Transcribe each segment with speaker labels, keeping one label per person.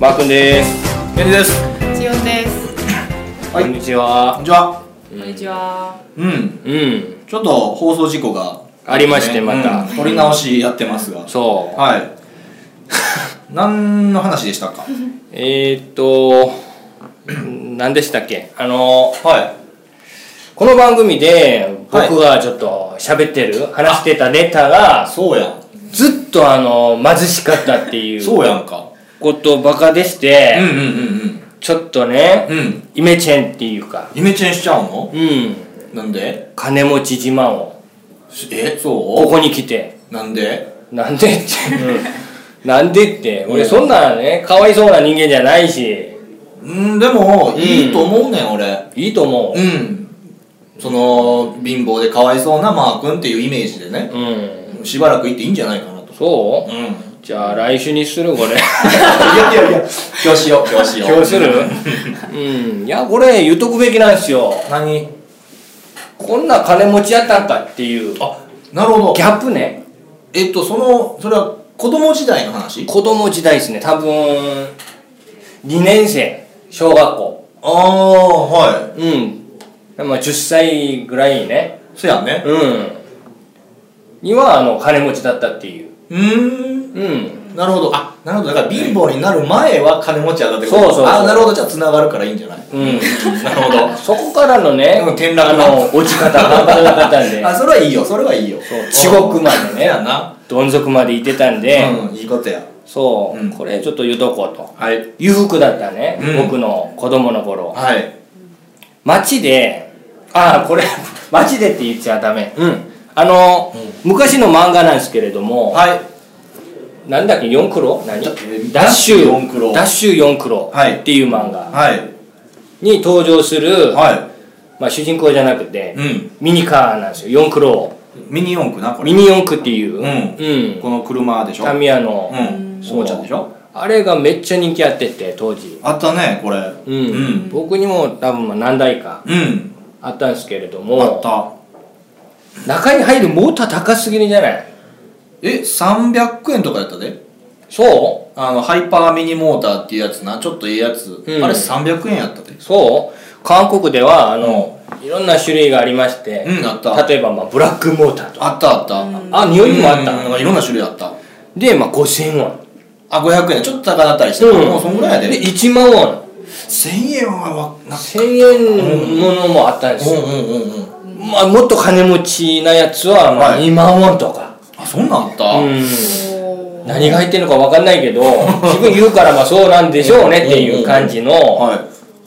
Speaker 1: マー君です。
Speaker 2: ケンジです。
Speaker 3: 千代です。
Speaker 2: はい
Speaker 1: こんにち
Speaker 2: こん
Speaker 1: は。
Speaker 2: にちは。
Speaker 1: こ
Speaker 3: こんにち。は。
Speaker 2: うん。
Speaker 1: うん。
Speaker 2: ちょっと放送事故が
Speaker 1: ありましてまた
Speaker 2: うん撮り直しやってますが。
Speaker 1: そう。
Speaker 2: はい。 何の話でしたか。
Speaker 1: えー、っと、 何でしたっけあの、
Speaker 2: は
Speaker 1: この番組で
Speaker 2: はい
Speaker 1: 僕がちょっと喋ってる、話してたネタが、
Speaker 2: そうやん。
Speaker 1: ずっとあの、貧しかったっていう
Speaker 2: そうやんか。
Speaker 1: ことばかでし
Speaker 2: うんうん
Speaker 1: て、ちょっと
Speaker 2: うんう
Speaker 1: ね、
Speaker 2: ん。うん。
Speaker 1: イメチェンっていうか、
Speaker 2: イメチェンしちゃうの？
Speaker 1: うん、
Speaker 2: なんで？
Speaker 1: 金持ち自慢を、
Speaker 2: え、そう？
Speaker 1: ここに来て、
Speaker 2: なんで？
Speaker 1: なんでって、 なんでって俺そんなねかわいそうな人間じゃないし
Speaker 2: うん、でもいいと思うねん俺。
Speaker 1: いいと思う
Speaker 2: うん。その貧乏でかわいそうなマー君っていうイメージでね、
Speaker 1: うん、
Speaker 2: しばらくいっていいんじゃないかなと。。
Speaker 1: そううん
Speaker 2: い
Speaker 1: じゃあ来週にするこ れ
Speaker 2: やいやいや。今日しよう今日しよう。
Speaker 1: 今日するうんいやこれ言っとくべきなんですよ
Speaker 2: 何
Speaker 1: こんな金持ちやったんかっていうギ
Speaker 2: あなるほど
Speaker 1: ャップね
Speaker 2: えっとそのそれは子供時代の話
Speaker 1: 子供時代ですね多分2年生小学校
Speaker 2: ああは
Speaker 1: うんまあ10歳ぐらいね
Speaker 2: いそやね
Speaker 1: うんにはあの金持ちだったっていう
Speaker 2: うーん
Speaker 1: うん
Speaker 2: なるほどあなるほどだから貧乏になる前は金持ちやだってこと
Speaker 1: そうそうそう
Speaker 2: あなるほどじゃあつながるからいいんじゃない
Speaker 1: うん
Speaker 2: なるほど
Speaker 1: そこからのね、
Speaker 2: うん転落
Speaker 1: あ
Speaker 2: の
Speaker 1: の、落ち方が変わったん で、
Speaker 2: あそれはいいよそれはいいよ
Speaker 1: そう地獄まで
Speaker 2: えや
Speaker 1: ね、
Speaker 2: な
Speaker 1: どん底まで行ってたんで、
Speaker 2: うんいいことや
Speaker 1: そう、
Speaker 2: うん
Speaker 1: これちょっと言うとこうと。
Speaker 2: はい
Speaker 1: 裕福だったね、
Speaker 2: うん
Speaker 1: 僕の子供の頃。
Speaker 2: はい
Speaker 1: 街で、ああ、これ、 街でって言っちゃダメ。うん。あの、昔の漫画なんですけれども、
Speaker 2: はい
Speaker 1: なんだっけ、4クロ何
Speaker 2: だえー
Speaker 1: ダッシュ
Speaker 2: 四クロ
Speaker 1: ダッシュ4クロ
Speaker 2: はい
Speaker 1: っていう漫画
Speaker 2: はい
Speaker 1: に登場する、
Speaker 2: は
Speaker 1: まあ主人公じゃなくて
Speaker 2: い、うん
Speaker 1: ミニカーなんですよ、4クロ。
Speaker 2: ミニ四駆なこれ
Speaker 1: ミニ四駆っていう、
Speaker 2: うん
Speaker 1: うん
Speaker 2: この車でしょ
Speaker 1: タミヤの、
Speaker 2: うんおもちゃでしょ
Speaker 1: あれがめっちゃ人気あってて当時、
Speaker 2: あったねこれ
Speaker 1: うん
Speaker 2: うん
Speaker 1: 僕にも多分まあ何台か
Speaker 2: うん
Speaker 1: あったんですけれど
Speaker 2: あっ
Speaker 1: も
Speaker 2: た
Speaker 1: 中に入るモーター高すぎるじゃない
Speaker 2: え300円とかやったで
Speaker 1: そ
Speaker 2: あのハイパーミニモーターっていうやつなちょっとええやつ、
Speaker 1: うん
Speaker 2: あれ300円やったで
Speaker 1: うそう韓国ではあの、いろんな種類がありまして、
Speaker 2: うんあった
Speaker 1: 例えばまあブラックモーターとか
Speaker 2: あったあった、
Speaker 1: あ匂いもあっ
Speaker 2: うんなん
Speaker 1: た
Speaker 2: かいろんな種類あった
Speaker 1: で、まあ、5000ウォン
Speaker 2: あ500円ちょっと高だったりして、
Speaker 1: うん
Speaker 2: もうそんぐらいや
Speaker 1: で
Speaker 2: で
Speaker 1: 1万ウォン
Speaker 2: 1000円はわな
Speaker 1: 1000円ものもあったんです
Speaker 2: う
Speaker 1: よ、
Speaker 2: んうんうんうん
Speaker 1: まあ、もっと金持ちなやつはまあ
Speaker 2: はい
Speaker 1: 2万ウォンとか、
Speaker 2: あそんなんあった、
Speaker 1: うん
Speaker 3: おー
Speaker 1: 何が入ってるのか分かんない けど自分言うからまあそうなんでしょうねっていう感じの
Speaker 2: は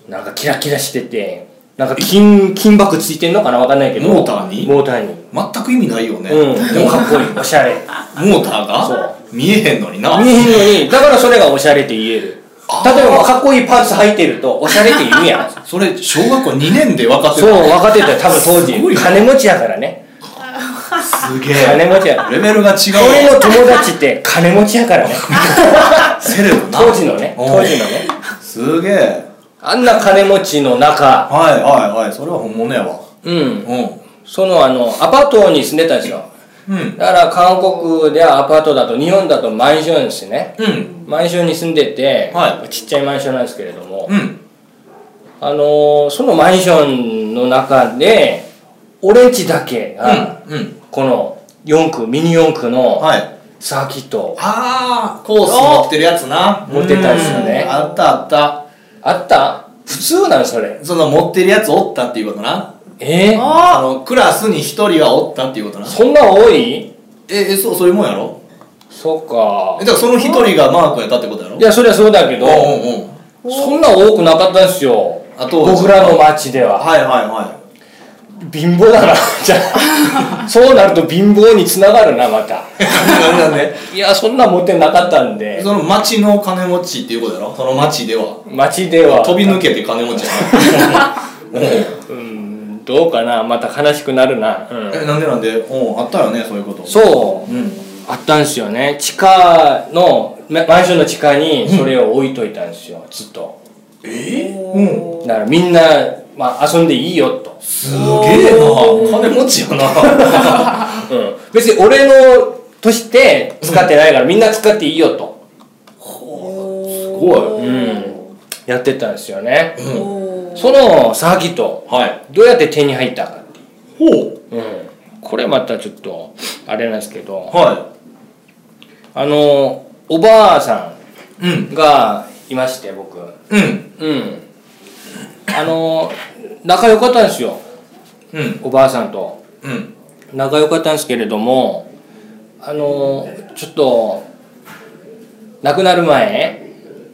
Speaker 1: なんかキラキラしててなんか金金箔ついてんのかな分かんないけど
Speaker 2: モーターに
Speaker 1: モーターに
Speaker 2: い全く意味ないよね、
Speaker 1: うんでもかっこいいおしゃれ
Speaker 2: モーターが
Speaker 1: そう
Speaker 2: 見えへんのにな
Speaker 1: 見えへんのにだからそれがおしゃれって言える例えばかっこいいパンツ履いてるとおしゃれって言う やん
Speaker 2: それ小学校2年で分かって
Speaker 1: そう
Speaker 2: る
Speaker 1: 分かってたよ多分当時
Speaker 2: すごいね
Speaker 1: 金持ちやからね
Speaker 2: すげ
Speaker 1: 金
Speaker 2: え
Speaker 1: 持ちやから
Speaker 2: レベルが違
Speaker 1: 俺
Speaker 2: うわ
Speaker 1: の友達って金持ちや からね
Speaker 2: セレブな
Speaker 1: 当時のね
Speaker 2: おう
Speaker 1: 当時のね
Speaker 2: すげえ
Speaker 1: あんな金持ちの中
Speaker 2: はいはいはいそれは本物やわ
Speaker 1: うん
Speaker 2: う
Speaker 1: そのあのアパートに住んでたんですよ
Speaker 2: んうん
Speaker 1: だから韓国ではアパートだと日本だとマンションですね
Speaker 2: うん
Speaker 1: マンションに住んでて、
Speaker 2: は
Speaker 1: ちっちゃいマンションなんですけれども、
Speaker 2: うん
Speaker 1: あのーそのマンションの中で俺んちだけが、
Speaker 2: うん
Speaker 1: この4区ミニ四駆の
Speaker 2: はい
Speaker 1: サーキット
Speaker 2: ああコース持ってるやつな
Speaker 1: 持ってたんですよね
Speaker 2: うんあったあった
Speaker 1: あった普通なのそれ
Speaker 2: その持ってるやつおったっていうことな
Speaker 1: えー、
Speaker 3: あ
Speaker 2: あのクラスに一人はおったっていうことな
Speaker 1: そんな多い
Speaker 2: ええそうそういうもんやろ
Speaker 1: そっか
Speaker 2: えだからその一人がマークやったってことやろ
Speaker 1: いやそりゃそうだけど
Speaker 2: うんうんうん
Speaker 1: そんな多くなかったんですよ
Speaker 2: あと
Speaker 1: 僕らの町では
Speaker 2: はいはいは
Speaker 1: 貧乏だなじゃ あそうなると貧乏につながるなまた
Speaker 2: い なんで
Speaker 1: いやそんな持ってなかったんで
Speaker 2: その町の金持ちっていうことやろその町では
Speaker 1: 街では
Speaker 2: 飛び抜けて金持ちや なうん
Speaker 1: うんどうかなまた悲しくなるな、うん
Speaker 2: えなんでなんでうんあったよねそういうこと
Speaker 1: そう
Speaker 2: うん
Speaker 1: あったんすよね地下のまマンションの地下にそれを置いといたんですよずっと
Speaker 2: えうん
Speaker 3: おー
Speaker 1: だからみんな、まあ、遊んでいいよと、
Speaker 2: すげえな金持ちやな
Speaker 1: うん、別に俺のとして使ってないからみんな使っていいよと
Speaker 3: お
Speaker 1: ごいうんやってたんですよね、そのサーキット
Speaker 2: はい。
Speaker 1: どうやって手に入ったかってい
Speaker 2: ほ
Speaker 1: う、う
Speaker 2: う。
Speaker 1: ん、これまたちょっとあれなんですけど
Speaker 2: は
Speaker 1: あのおばあさ
Speaker 2: い。うん。
Speaker 1: んがいまして僕
Speaker 2: うん。
Speaker 1: うんあの仲良かったんですよ
Speaker 2: うん。
Speaker 1: おばあさんと
Speaker 2: うん。
Speaker 1: 仲良かったんですけれどもあのちょっと亡くなる前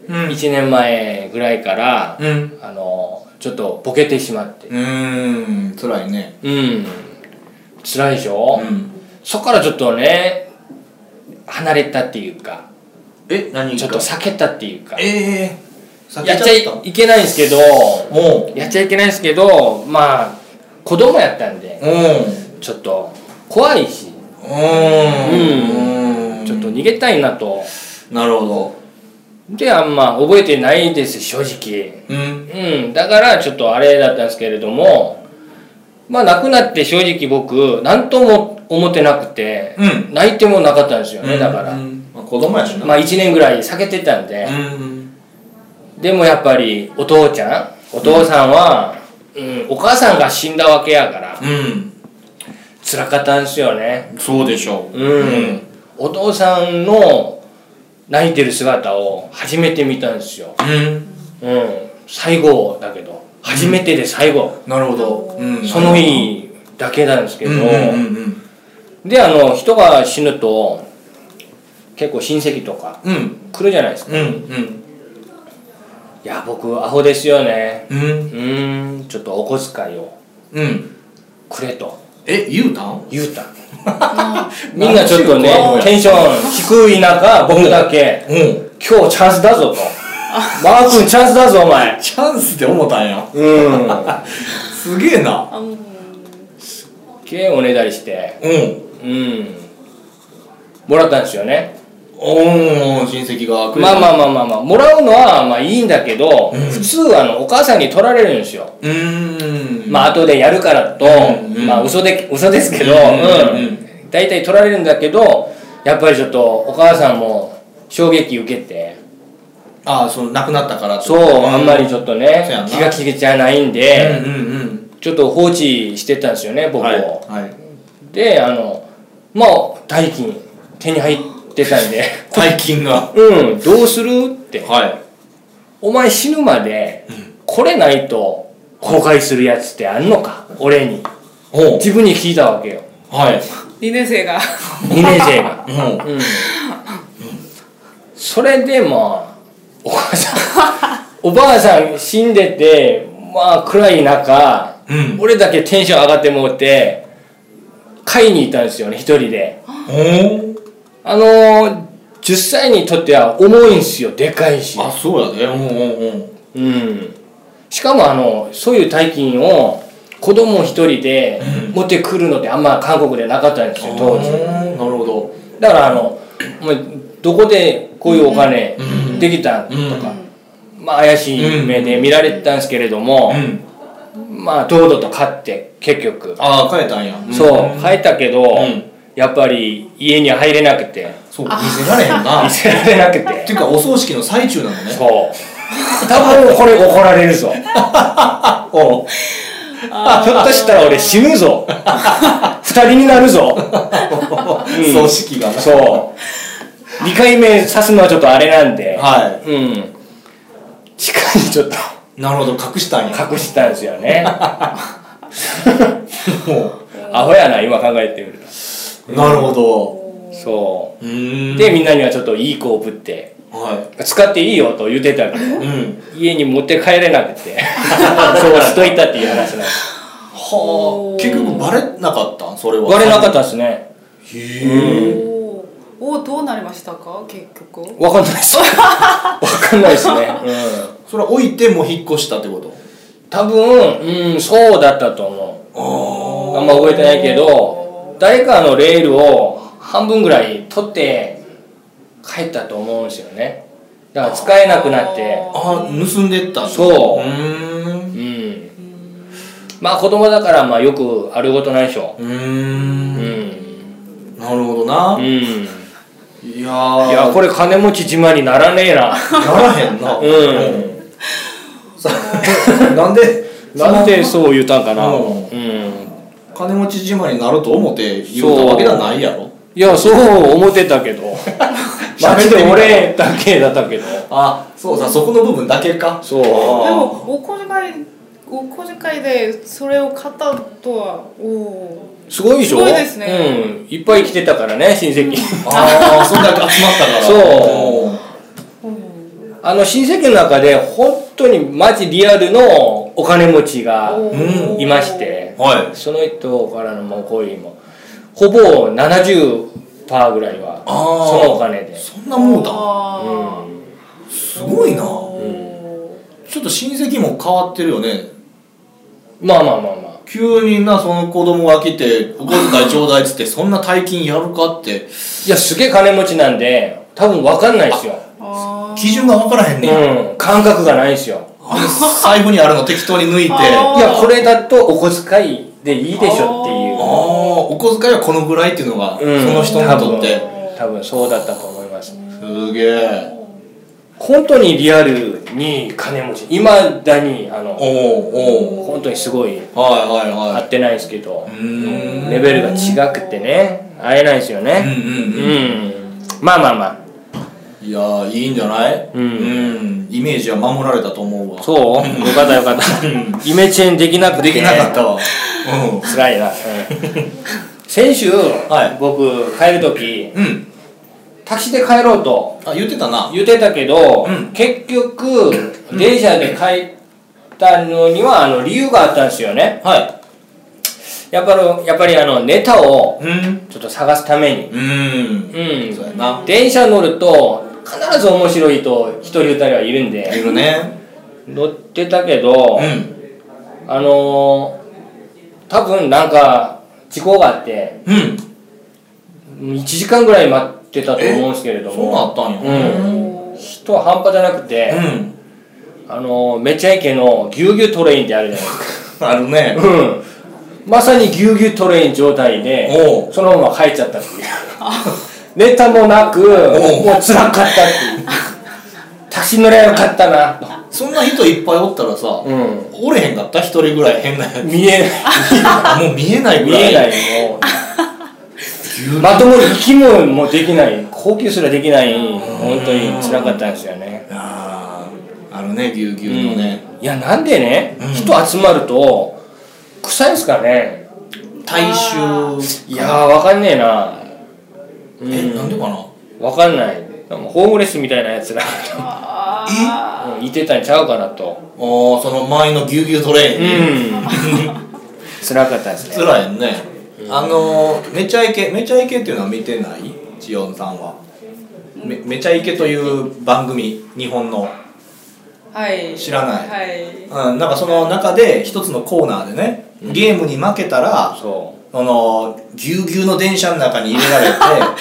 Speaker 2: うん。
Speaker 1: 1年前ぐらいから、
Speaker 2: うん。
Speaker 1: あのちょっとボケてしまって
Speaker 2: うーん。辛いね。
Speaker 1: うん辛いでしょ、
Speaker 2: うん。
Speaker 1: そっからちょっとね離れたっていうか
Speaker 2: え、何が
Speaker 1: ちょっと避けたっていうか
Speaker 2: ええー。
Speaker 1: やっちゃ
Speaker 2: た
Speaker 1: いいけないんですけど
Speaker 2: おう。
Speaker 1: やっちゃいけないんですけどまあ子供やったんで
Speaker 2: お
Speaker 1: ちょっと怖いし
Speaker 2: うん。
Speaker 1: ちょっと。逃げたいなと。
Speaker 2: なるほど。
Speaker 1: であんま覚えてないです正直
Speaker 2: うん。
Speaker 1: うんだからちょっとあれだったんですけれどもまあ亡くなって正直僕何とも思ってなくて、
Speaker 2: う
Speaker 1: 泣いてもなかったんですよね、だから、
Speaker 2: うんまあ、子供やしな。
Speaker 1: まあ1年ぐらい避けてたんで、
Speaker 2: うん。
Speaker 1: でもやっぱりお父ちゃんお父さんは、うんお母さんが死んだわけやから
Speaker 2: うん。
Speaker 1: 辛かったんですよね
Speaker 2: そうでしょう。
Speaker 1: うん、お父さんの泣いてる姿を初めて見たんですよ
Speaker 2: うん。
Speaker 1: うん、最後だけど初めてで最後、
Speaker 2: なるほど。うん。
Speaker 1: その日だけなんですけ
Speaker 2: う
Speaker 1: ど、
Speaker 2: ん。うん。うん。
Speaker 1: であの人が死ぬと結構親戚とか
Speaker 2: うん。
Speaker 1: 来るじゃないですか、
Speaker 2: う
Speaker 1: い
Speaker 2: ん。
Speaker 1: や僕アホですよね
Speaker 2: うん。
Speaker 1: うーんちょっとお小遣いを
Speaker 2: うん。
Speaker 1: くれと
Speaker 2: え、言うたん
Speaker 1: 言う たみんなちょっとね
Speaker 2: なんて
Speaker 1: テ
Speaker 2: い
Speaker 1: ンション低い中僕だけ
Speaker 2: うん。
Speaker 1: 今日チャンスだぞとマー君チャンスだぞお 前
Speaker 2: チャンスって思ったんや。
Speaker 1: うん
Speaker 2: すげえな。
Speaker 3: あうん
Speaker 1: けおねだりして
Speaker 2: うん。
Speaker 1: うんもらったんですよね
Speaker 2: おー、親戚が来る。
Speaker 1: まあまあまあまあまあもらうのはまあいいんだけど、
Speaker 2: うん
Speaker 1: 普通あのお母さんに取られるんですよ、
Speaker 2: うーん。
Speaker 1: まあ後でやるからと、
Speaker 2: うんうん
Speaker 1: まあ嘘で嘘ですけど、
Speaker 2: う
Speaker 1: うんん
Speaker 2: うんうん
Speaker 1: 大体取られるんだけどやっぱりちょっとお母さんも衝撃受けて
Speaker 2: ああ、その、亡くなったからって
Speaker 1: そう、あんまりちょっと
Speaker 2: そうや
Speaker 1: ね
Speaker 2: な
Speaker 1: 気が利けちゃないん
Speaker 2: うん
Speaker 1: で、
Speaker 2: うんうん。
Speaker 1: ちょっと放置してたんですよね僕を、
Speaker 2: はい。はい。
Speaker 1: であのまあ代金手に入ってたんで
Speaker 2: 大金が。
Speaker 1: うんどうするって
Speaker 2: は
Speaker 1: お前死ぬまでこれないと後悔するやつってあんのか俺に
Speaker 2: い。おう。
Speaker 1: 自分に聞いたわけよ
Speaker 2: はい。
Speaker 3: 二年生が
Speaker 1: 2年生が
Speaker 2: うん。
Speaker 1: うんそれでまあお母 さんおばあさん死んでてまあ暗い中
Speaker 2: うん。
Speaker 1: 俺だけテンション上がってもうて買いに行ったんですよね一人で
Speaker 2: おう。
Speaker 1: あのー、10歳にとっては重いんすよでかいし
Speaker 2: あ、そうやで。うんうんうん。
Speaker 1: うん、しかもあのそういう大金を子供一人で持ってくるのってあんま韓国でなかったんですよ当時
Speaker 2: あーなるほど。
Speaker 1: だからあのお前どこでこういうお金
Speaker 2: うん
Speaker 1: できたんと
Speaker 2: うん
Speaker 1: か、まあ、怪しい目で見られてたんですけれども
Speaker 2: う、ん。
Speaker 1: まあ堂々と勝って結局、
Speaker 2: ああ、変えたんや。ん
Speaker 1: そう変えたけど、
Speaker 2: うん
Speaker 1: やっぱり家には入れなくて
Speaker 2: そう、見せられへんな。
Speaker 1: 見
Speaker 2: っ
Speaker 1: せられなくて
Speaker 2: ていうか、お葬式の最中なのね。
Speaker 1: そう多分これ怒られるぞ
Speaker 2: おう。
Speaker 1: ひょっとしたら俺死ぬぞ 二人になるぞうん
Speaker 2: 葬式がな。
Speaker 1: そう二回目刺すのはちょっとあれなんで、
Speaker 2: は
Speaker 1: うん地下にちょっと
Speaker 2: い。なるほど、隠したんや。
Speaker 1: 隠したんですよ ね
Speaker 2: も
Speaker 1: アホやな今考えてみる
Speaker 2: う なるほど。
Speaker 1: とそうう
Speaker 2: ーん。
Speaker 1: で、みんなにはちょっといい子をぶって
Speaker 2: は
Speaker 1: 使っていいよと言ってたけ
Speaker 2: い。
Speaker 1: ど
Speaker 2: うん。
Speaker 1: 家に持って帰れなく てそうしといたっていう話なんです
Speaker 2: はあ。結局、バレなかったんそれは。。
Speaker 1: 割れなかったたですね
Speaker 2: へえ。
Speaker 3: おーおーどうなりましたか結局
Speaker 1: わかんないです わかんないですねうん
Speaker 2: それは置いて、もう引っ越したってこと
Speaker 1: 多分、うん、そうだったと思うあんま覚えてないけど誰かのレールを半分ぐらい取って帰ったと思うんですよねだから使えなくなって
Speaker 2: ああ、盗んでったんだ
Speaker 1: そう
Speaker 2: うーん。
Speaker 1: うんまあ子供だからまあよくあることないでしょ
Speaker 2: うー。
Speaker 1: うんん
Speaker 2: なるほどな。
Speaker 1: う
Speaker 2: い
Speaker 1: ん
Speaker 2: いやー
Speaker 1: いやこれ金持ち自慢にならねえな
Speaker 2: ならへんな
Speaker 1: うん
Speaker 2: さなんで
Speaker 1: なんでそう言ったんかな
Speaker 2: う
Speaker 1: うんん、
Speaker 2: 金持ち自慢になると思って言うたわけではないやろ
Speaker 1: いやそう思ってたけ どマジで俺だけだったけど
Speaker 2: あそうさそこの部分だけか
Speaker 1: そう
Speaker 3: で
Speaker 2: あ
Speaker 3: もお小遣いお小遣いでそれを買ったとはおお
Speaker 1: すごいでしょ
Speaker 3: すごいですね
Speaker 1: うん、いっぱい来てたからね親戚
Speaker 2: ーあーそんだけ集まったから
Speaker 1: そう
Speaker 3: ー
Speaker 1: あの親戚の中で本当にマジリアルのお金持ちが
Speaker 3: おー
Speaker 1: いまして
Speaker 2: うんはい
Speaker 1: その人からのもう恋もほぼ70%ぐらいは
Speaker 2: あー
Speaker 1: そのお金で
Speaker 2: そんなもうだ
Speaker 3: あー
Speaker 2: すごいな
Speaker 3: おー
Speaker 2: ちょっと親戚も変わってるよね
Speaker 1: まあまあまあまあ
Speaker 2: 急になその子供が来てお小遣いちょうだいっつってそんな大金やるかって
Speaker 1: いやすげえ金持ちなんで多分分かんないですよ、
Speaker 3: あー
Speaker 2: 基準が分からへんねん
Speaker 1: うん、感覚がないですよ
Speaker 2: あの財布にあるの適当に抜いて
Speaker 3: あ
Speaker 2: あ
Speaker 3: ー
Speaker 1: いやこれだとお小遣いでいいでしょって
Speaker 2: あ
Speaker 1: い
Speaker 2: ー
Speaker 1: う
Speaker 2: お小遣いはこのぐらいっていうのが、
Speaker 1: うん
Speaker 2: その人にとって
Speaker 1: 多分そうだったと思います
Speaker 2: すげえ
Speaker 1: 本当にリアルに金持ちいまだにあの
Speaker 2: おおお
Speaker 1: 本当にすごい
Speaker 2: おはいはいは
Speaker 1: 会
Speaker 2: い
Speaker 1: ってないですけど
Speaker 2: うーん
Speaker 1: レベルが違くてね会えないですよ
Speaker 2: うん
Speaker 1: ね
Speaker 2: う
Speaker 1: う、
Speaker 2: んうんん
Speaker 1: まあまあまあ
Speaker 2: いやーいいんじゃない
Speaker 1: うん
Speaker 2: んイメージは守られたと思うわ
Speaker 1: そうよかったよかったイメチェンできなくて
Speaker 2: できなかったわうん
Speaker 1: 辛いな、うん先週、
Speaker 2: はい
Speaker 1: 僕帰る時
Speaker 2: うん
Speaker 1: タクシーで帰ろうと
Speaker 2: あ言ってたな
Speaker 1: 言ってたけど、
Speaker 2: うん
Speaker 1: 結局電車で帰ったのにはあの理由があったんですよね
Speaker 2: は
Speaker 1: やっぱりやっぱりあのネタを
Speaker 2: いうん
Speaker 1: ちょっと探すために
Speaker 2: う
Speaker 1: う
Speaker 2: ん
Speaker 1: ん
Speaker 2: そうやな
Speaker 1: 電車乗ると必ず面白いと一人二人はいるん
Speaker 2: い
Speaker 1: で
Speaker 2: るね
Speaker 1: 乗ってたけど、
Speaker 2: うん
Speaker 1: あのー、多分なんか事故があって
Speaker 2: うん
Speaker 1: 1時間ぐらい待ってたと思うんですけれど
Speaker 2: そうな
Speaker 1: も
Speaker 2: ったん
Speaker 1: う
Speaker 2: や
Speaker 1: 人は半端じゃなくて、
Speaker 2: ん
Speaker 1: あのー、めっちゃイケのぎゅうぎゅうトレインってあるじゃないですか
Speaker 2: あるね
Speaker 1: うんまさにぎゅうぎゅうトレイン状態で
Speaker 2: おう
Speaker 1: そのまま帰っちゃったって いうネタもなくも
Speaker 2: おう
Speaker 1: う辛かったっていうタクシー乗ればよかったなと
Speaker 2: そんな人いっぱいおったらさ
Speaker 1: うん
Speaker 2: おれへんかった一人ぐらい変なやつ
Speaker 1: 見え
Speaker 2: あ もう見えな
Speaker 1: ないい
Speaker 2: ぐ
Speaker 1: 見
Speaker 2: らい
Speaker 1: えないも うまともに息ももうできない高級すらできない本当に辛かったんですよね、
Speaker 2: あーあるねぎゅうぎゅうのね
Speaker 1: いやなんでね、
Speaker 2: うん
Speaker 1: 人集まると臭いですかね
Speaker 2: 大衆
Speaker 1: いやーわかんねえなうん
Speaker 2: えなんでかな
Speaker 1: わかんないなんかホームレスみたいなや つら
Speaker 3: あ
Speaker 1: うんいてたんちゃうかなと
Speaker 2: おーその前のぎゅうぎゅうトレ
Speaker 1: う
Speaker 2: インに
Speaker 1: ん 辛かった ですね
Speaker 2: 辛いよね、あのーめちゃイケめちゃイケっていうのは見てないジオンさんはめめちゃイケという番組日本の、
Speaker 3: ーはい
Speaker 2: 知らない
Speaker 3: はい
Speaker 2: うん、なんかその中で一つのコーナーでねゲームに負けたら
Speaker 1: そ
Speaker 2: そのぎゅうぎゅうの電車の中に入れられて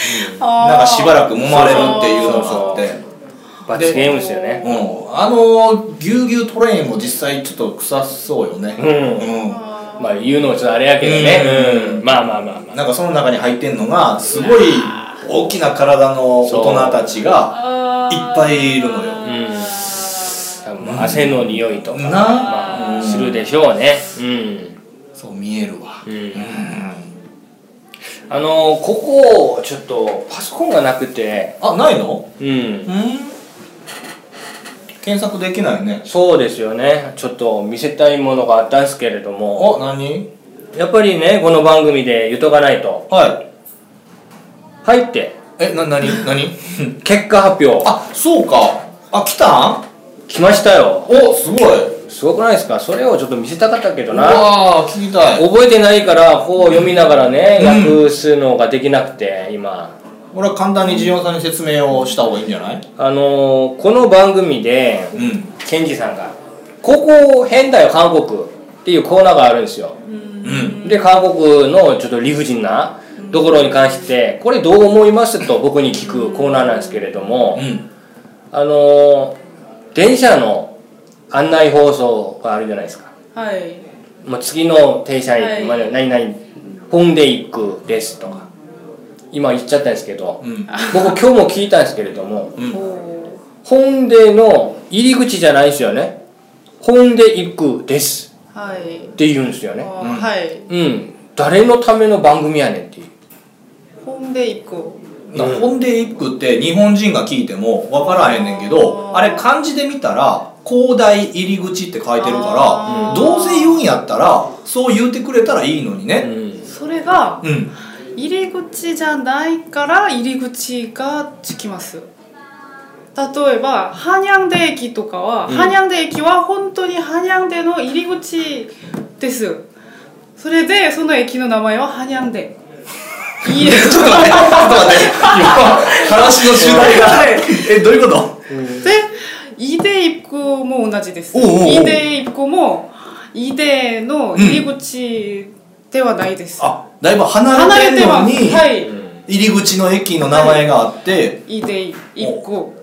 Speaker 3: あー
Speaker 2: なんかしばらく揉まれるっていうのがあって
Speaker 1: う罰ゲームですよね
Speaker 2: うん、あのぎゅうぎゅうトレインも実際ちょっと臭そうよね
Speaker 1: うん
Speaker 2: うん
Speaker 1: まあ言うのもちょっとあれやけどね、
Speaker 2: うん
Speaker 1: うんまあまあまあまあ
Speaker 2: なんかその中に入ってんのがすごい大きな体の大人たちが
Speaker 3: あー
Speaker 2: いっぱいいるのよ
Speaker 1: うん多分汗の匂いとか、
Speaker 2: な
Speaker 1: まあ、するでしょうねうん、
Speaker 2: そう見えるわ
Speaker 1: う、
Speaker 2: うんん
Speaker 1: あのここちょっとパソコンがなくて
Speaker 2: あないの
Speaker 1: うん
Speaker 2: うん検索できないね
Speaker 1: そうですよねちょっと見せたいものがあったんですけれども
Speaker 2: あ何
Speaker 1: やっぱりねこの番組で言っとかないと
Speaker 2: はい
Speaker 1: 入って
Speaker 2: えな何何
Speaker 1: 結果発表
Speaker 2: あそうかあ来たん
Speaker 1: 来ましたよ
Speaker 2: おすごい
Speaker 1: すごくないですかそれをちょっと見せたかったけど
Speaker 2: う
Speaker 1: な
Speaker 2: わー聞きたい
Speaker 1: 覚えてないからこう読みながらね
Speaker 2: うん
Speaker 1: 訳すのができなくて今
Speaker 2: 俺は簡単にジオンさんに説明をした方がいいんじゃない
Speaker 1: あのーこの番組で
Speaker 2: うん
Speaker 1: ケンジさんが「ここ変だよ韓国」っていうコーナーがあるんですよ
Speaker 2: うん
Speaker 1: で韓国のちょっと理不尽なところに関して「これどう思います?」と僕に聞くコーナーなんですけれども
Speaker 2: うん
Speaker 1: あのー電車の案内放送があるじゃないですか
Speaker 3: はい
Speaker 1: もう次の停車駅まで何々本で行くですとか今言っちゃったんですけど
Speaker 2: うん
Speaker 1: 僕今日も聞いたんですけれども
Speaker 2: うん
Speaker 3: おお
Speaker 1: 本での入り口じゃないですよね本で行くです
Speaker 3: はい
Speaker 1: って言うんですよ
Speaker 3: あー
Speaker 1: ね
Speaker 3: はい
Speaker 1: うん誰のための番組やねんっていう
Speaker 3: 本で行こ
Speaker 1: うん
Speaker 2: ほんで一句って日本人が聞いても分からへんねんけどあ
Speaker 3: あー
Speaker 2: れ漢字で見たら広大入り口って書いてるから
Speaker 3: あー
Speaker 2: どうせ言うんやったらそう言うてくれたらいいのに
Speaker 1: う
Speaker 2: ね
Speaker 1: ん
Speaker 3: うそれが
Speaker 2: うん
Speaker 3: 入り口じゃないから入り口がつきます例えばハニャンデ駅とかは、
Speaker 1: うん
Speaker 3: ハニャンデ駅は本当にハニャンデの入り口ですそれでその駅の名前はハニャンデいい
Speaker 2: ちょっと待ってちょっと待って話の主題がえどういうこと
Speaker 3: でイデイプも同じです
Speaker 2: おうおうおう
Speaker 3: イデイプもイデの入り口ではないです、
Speaker 2: あだいぶ
Speaker 3: 離
Speaker 2: 離れ
Speaker 3: れ
Speaker 2: て
Speaker 3: て
Speaker 2: んの
Speaker 3: ます
Speaker 2: に
Speaker 3: はい、
Speaker 2: 入り口の駅の名前があって
Speaker 3: イデイプ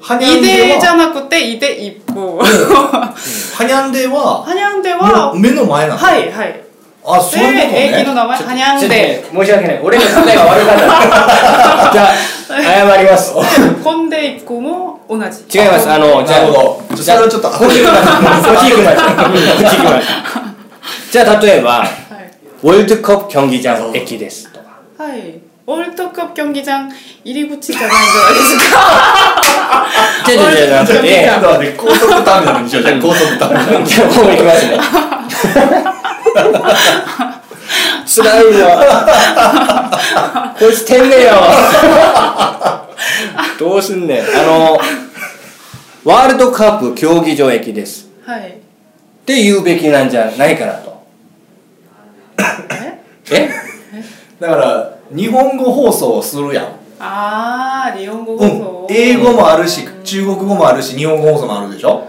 Speaker 2: ハニャン
Speaker 3: イ
Speaker 2: デは
Speaker 3: デじゃなくてイデイプ ハ
Speaker 2: ハニャンデは
Speaker 3: ニャンデ
Speaker 2: もう
Speaker 3: は
Speaker 2: 目の前なの
Speaker 3: はいはい
Speaker 2: あそういうこと
Speaker 3: で駅の
Speaker 2: ね
Speaker 3: 名前ハニ
Speaker 1: ちょ
Speaker 3: ャ
Speaker 1: っとね
Speaker 3: ンデ
Speaker 1: 申し訳ない俺の考えが悪かったじゃあ謝ります
Speaker 3: コンデイプも同じ
Speaker 1: 違いますあのじ
Speaker 2: な
Speaker 1: ゃあ
Speaker 2: るほどそれはちょっと
Speaker 1: こっち行きますこっち行きますこっち行きますじゃあ例えば
Speaker 3: はい
Speaker 1: ウォルドカップ競技場の駅ですとか
Speaker 3: はいオールトカップ競技場入り口じゃないじゃないですか
Speaker 1: じゃあじゃあじゃなくて
Speaker 2: ちょっと待って高速ターミナルにしようじゃあ高速ターミナル
Speaker 1: じゃあもう行きますねつらいよこいつてんねよどうすんねんあのワールドカップ競技場駅です
Speaker 3: はい
Speaker 1: って言うべきなんじゃないかなと
Speaker 3: え
Speaker 1: え
Speaker 2: だから日本語放送をするやん、
Speaker 3: あー、日本語
Speaker 2: う
Speaker 3: 放
Speaker 2: ん
Speaker 3: 送、
Speaker 2: 英語もあるし中国語もあるし日本語放送もあるでしょ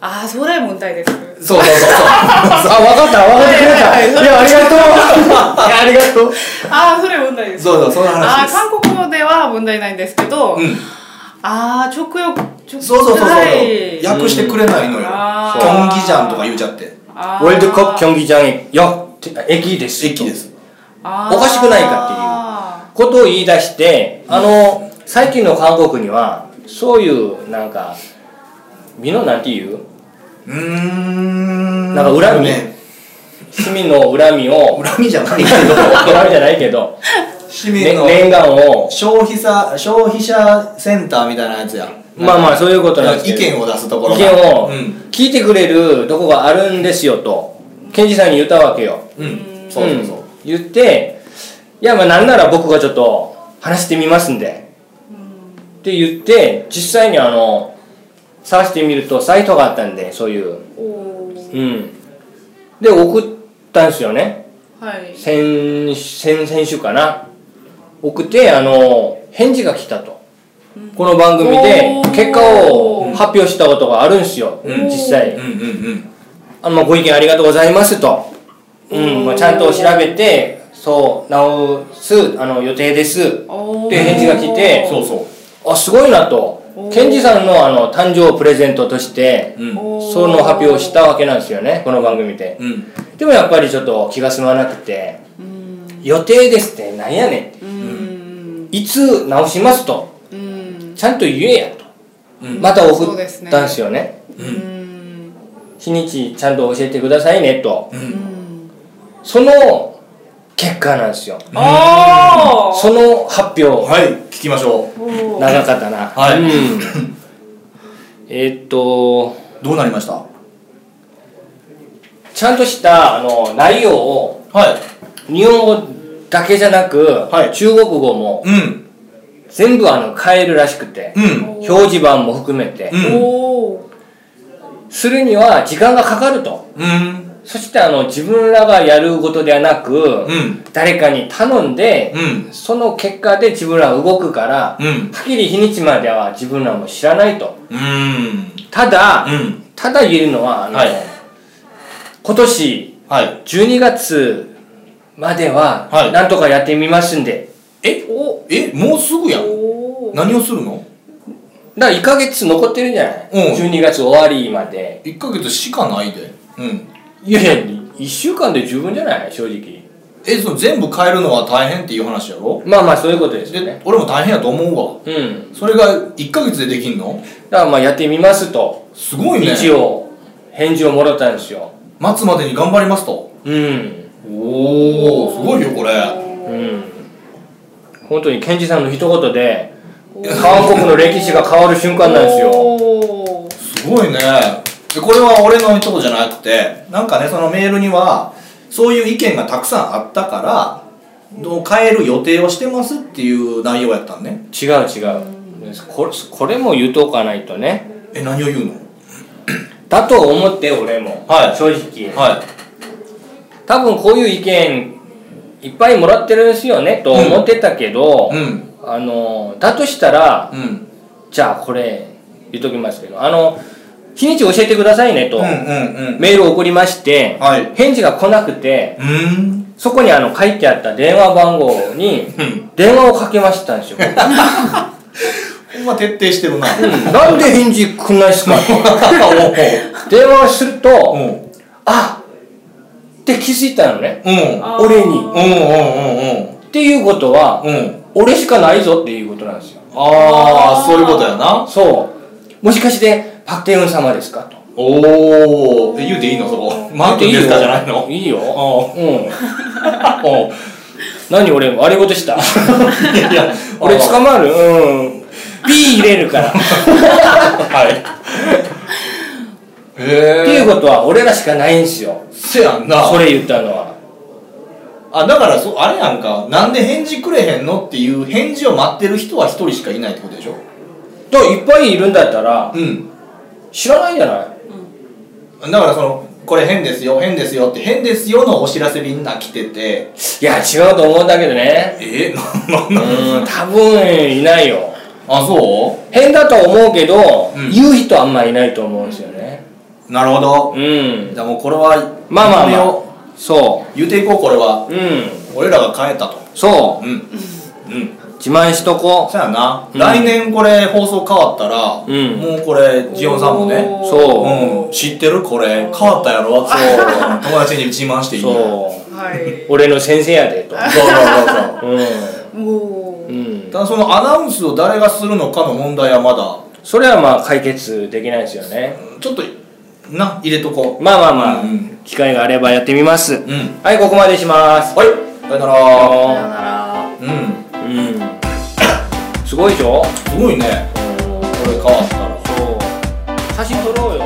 Speaker 3: あー、それ問題です。
Speaker 2: そうそうそうそう
Speaker 1: あ、わかったわかってくれた
Speaker 3: はい
Speaker 1: い
Speaker 3: はいはい
Speaker 1: や、ありがとういや、ありがとう
Speaker 3: あー、それ問題です。
Speaker 2: そうそうその話
Speaker 3: あ
Speaker 2: で
Speaker 3: ー、
Speaker 2: す
Speaker 3: 韓国語では問題ないんですけど、
Speaker 2: うん
Speaker 3: あー、直訳、直
Speaker 2: そうそうそうそう、
Speaker 3: はい
Speaker 2: 訳してくれないのよ
Speaker 3: あ
Speaker 2: キョ
Speaker 3: ー
Speaker 2: ンギジャンとか言うちゃって
Speaker 3: あ
Speaker 1: ワールドカップ競
Speaker 3: ョ
Speaker 1: 技場駅よ駅です
Speaker 2: 駅です
Speaker 1: おかしくないかことを言い出してあの最近の韓国にはそういうなんか身のなんていう
Speaker 2: うーん
Speaker 1: なんか恨み
Speaker 2: ね
Speaker 1: 市民の恨みを
Speaker 2: 恨みじゃない け
Speaker 1: 恨みじゃないけ ど、
Speaker 2: ど市
Speaker 1: ね
Speaker 2: 民の
Speaker 1: 念願を
Speaker 2: 消費者消費者センターみたいなやつや
Speaker 1: まあまあそういうことなんです
Speaker 2: 意
Speaker 1: けど
Speaker 2: 見を出すところ
Speaker 1: 意見を
Speaker 2: うん
Speaker 1: 聞いてくれるとこがあるんですよと検事さんに言ったわけよ
Speaker 2: うんそうそうそう、
Speaker 1: ん言っていやまあなんなら僕がちょっと話してみますんでって言って実際にあの探してみるとサイトがあったんでそういう
Speaker 3: おー
Speaker 1: うんで送ったんですよね
Speaker 3: はい。
Speaker 1: 先先先週かな送ってあの返事が来たと、この番組で
Speaker 3: おー
Speaker 1: 結果を発表したことがあるんですよ、
Speaker 2: うん
Speaker 1: 実
Speaker 2: う
Speaker 1: 際
Speaker 2: んうんうん
Speaker 1: あのご意見ありがとうございますと、うん
Speaker 3: おー
Speaker 1: まあ、ちゃんと調べてそう直すあの予定です
Speaker 3: おー
Speaker 1: で返事が来て
Speaker 2: そうそう
Speaker 1: あすごいなと
Speaker 3: おー
Speaker 1: ケンジさんのあの誕生をプレゼントとして
Speaker 2: うん
Speaker 3: おー
Speaker 1: その発表をしたわけなんですよねこの番組で
Speaker 2: うん
Speaker 1: でもやっぱりちょっと気が済まなくて
Speaker 3: うん。
Speaker 1: 予定ですってなんやねんって
Speaker 3: うん。
Speaker 1: いつ直しますと
Speaker 3: うん。
Speaker 1: ちゃんと言えやと、
Speaker 2: うん
Speaker 1: また
Speaker 3: そ
Speaker 1: 送
Speaker 3: う
Speaker 1: っ
Speaker 3: ですね
Speaker 1: たんですよね
Speaker 2: う
Speaker 3: うんん。
Speaker 1: 日にちちゃんと教えてくださいねと
Speaker 3: うん。
Speaker 1: その結果なんですよ
Speaker 3: あー
Speaker 1: その発表
Speaker 2: はい聞きましょう
Speaker 3: おー
Speaker 1: 長かったな
Speaker 2: はい
Speaker 1: うん、えーっと
Speaker 2: どうなりましたは
Speaker 1: ちゃんとしたあの内容を
Speaker 2: い
Speaker 1: 日本語だけじゃなく、
Speaker 2: はい
Speaker 1: 中国語も
Speaker 2: うん
Speaker 1: 全部あの変えるらしくて、
Speaker 2: うん
Speaker 1: 表示板も含めて、
Speaker 2: うん
Speaker 3: おー
Speaker 1: するには時間がかかると
Speaker 2: うん
Speaker 1: そしてあの自分らがやることではなく、
Speaker 2: うん
Speaker 1: 誰かに頼んで、
Speaker 2: うん
Speaker 1: その結果で自分らが動くから、
Speaker 2: うん
Speaker 1: はっきり日にちまでは自分らも知らないと
Speaker 2: うん
Speaker 1: ただ、
Speaker 2: うん
Speaker 1: ただ言えるのはあの、
Speaker 2: はい
Speaker 1: 今年
Speaker 2: はい
Speaker 1: 12月までは、
Speaker 2: はい
Speaker 1: なんとかやってみますんで
Speaker 2: えおえもうすぐやん
Speaker 3: おー
Speaker 2: 何をするの
Speaker 1: だから1ヶ月残ってるんじゃない、
Speaker 2: うん
Speaker 1: ?12 月終わりまで
Speaker 2: 1ヶ月しかないでうん
Speaker 1: いやいや1週間で十分じゃない正直
Speaker 2: えその全部変えるのは大変っていう話やろ
Speaker 1: まあまあそういうことですよ
Speaker 2: で
Speaker 1: ね
Speaker 2: 俺も大変やと思うわ
Speaker 1: うん
Speaker 2: それが1ヶ月でできんの
Speaker 1: だからまあやってみますと
Speaker 2: すごいね
Speaker 1: 一応返事をもらったんですよ
Speaker 2: 待つまでに頑張りますと
Speaker 1: うん
Speaker 2: おおすごいよこれ
Speaker 1: うん本当にケンジさんの一言で韓国の歴史が変わる瞬間なんですよ
Speaker 3: おー
Speaker 2: すごいねでこれは俺の一言じゃなくてなんかねそのメールにはそういう意見がたくさんあったからどう変える予定をしてますっていう内容やったんね
Speaker 1: 違う違うこれこれも言うとかないとね
Speaker 2: え何を言うの
Speaker 1: だと思って俺も、
Speaker 2: はい
Speaker 1: 正直、
Speaker 2: はい
Speaker 1: 多分こういう意見いっぱいもらってるんですよねと思ってたけど、
Speaker 2: うん
Speaker 1: あのだとしたら
Speaker 2: うん
Speaker 1: じゃあこれ言っときますけどあの日にち教えてくださいねと、
Speaker 2: うんうんうん
Speaker 1: メールを送りまして、
Speaker 2: はい
Speaker 1: 返事が来なくて
Speaker 2: うん
Speaker 1: そこにあの書いてあった電話番号に
Speaker 2: うん
Speaker 1: 電話をかけましたん ですよ
Speaker 2: ほんま徹底してるな
Speaker 1: なんで返事来ないっすかって電話をすると、
Speaker 2: おうん
Speaker 1: あって気づいたのね
Speaker 2: うんうん
Speaker 3: あー
Speaker 1: 俺に
Speaker 2: うんうん
Speaker 1: っていうことは、
Speaker 2: うんうん
Speaker 1: 俺しかないぞっていうことなんですよ
Speaker 2: ああそういうことやな
Speaker 1: そうもしかしてパクテヨン様ですかと
Speaker 2: おお言うていいのそこマークですかじゃないの
Speaker 1: いいよ
Speaker 2: あ
Speaker 1: うん
Speaker 2: あおう
Speaker 1: 何俺悪いこと した
Speaker 2: いやいや
Speaker 1: 俺
Speaker 2: あ
Speaker 1: 捕まるうんピー入れるからっ
Speaker 2: はい
Speaker 1: て
Speaker 2: へ
Speaker 1: い
Speaker 2: え
Speaker 1: うことは俺らしかないんですよ
Speaker 2: せやんな
Speaker 1: それ言ったのは
Speaker 2: あだからそあれやんかなんで返事くれへんのっていう返事を待ってる人は一人しかいないってことでしょ
Speaker 1: だからいっぱいいるんだったら
Speaker 2: うん
Speaker 1: 知らないんじゃない
Speaker 2: だからそのこれ変ですよ変ですよって変ですよのお知らせみんな来てて
Speaker 1: いや違うと思うんだけどね
Speaker 2: え な
Speaker 1: う
Speaker 2: なん
Speaker 1: 多分いないよ
Speaker 2: あそう
Speaker 1: 変だと思うけど、
Speaker 2: うん
Speaker 1: 言う人あんまいないと思うんですよね
Speaker 2: なるほど
Speaker 1: うん
Speaker 2: じゃあもうこれは
Speaker 1: まあまあ
Speaker 2: やめ
Speaker 1: ま
Speaker 2: よう
Speaker 1: あそ
Speaker 2: 言うていこうこれは
Speaker 1: ううん
Speaker 2: 俺らが変えたと
Speaker 1: そ
Speaker 2: うんうん
Speaker 1: う自慢しとこ
Speaker 2: そやな、
Speaker 1: うん
Speaker 2: 来年これ放送変わったら、
Speaker 1: うん
Speaker 2: もうこれジオンさんもね
Speaker 3: おー
Speaker 1: そ
Speaker 2: うん 知ってるこれ変わったやろ そう友達に自慢して
Speaker 1: う
Speaker 2: いいよ
Speaker 1: そう
Speaker 3: はい
Speaker 1: 俺の先生やでと
Speaker 2: そうそうそうそう
Speaker 1: う
Speaker 3: お
Speaker 1: ん、う
Speaker 3: ー
Speaker 1: ん、
Speaker 2: ただそのアナウンスを誰がするのかの問題はまだ
Speaker 1: それはまあ解決できないですよね
Speaker 2: ちょっとな入れとこ
Speaker 1: まあまあまあ、
Speaker 2: うんうん
Speaker 1: 機会があればやってみます、
Speaker 2: ううん
Speaker 1: はいここまでします
Speaker 2: はいさよな
Speaker 1: さ
Speaker 2: ら
Speaker 1: よ
Speaker 3: さよなら
Speaker 2: うん
Speaker 1: うんすごいでしょ
Speaker 2: すごいねこれ変わったら
Speaker 1: そう写真撮ろうよ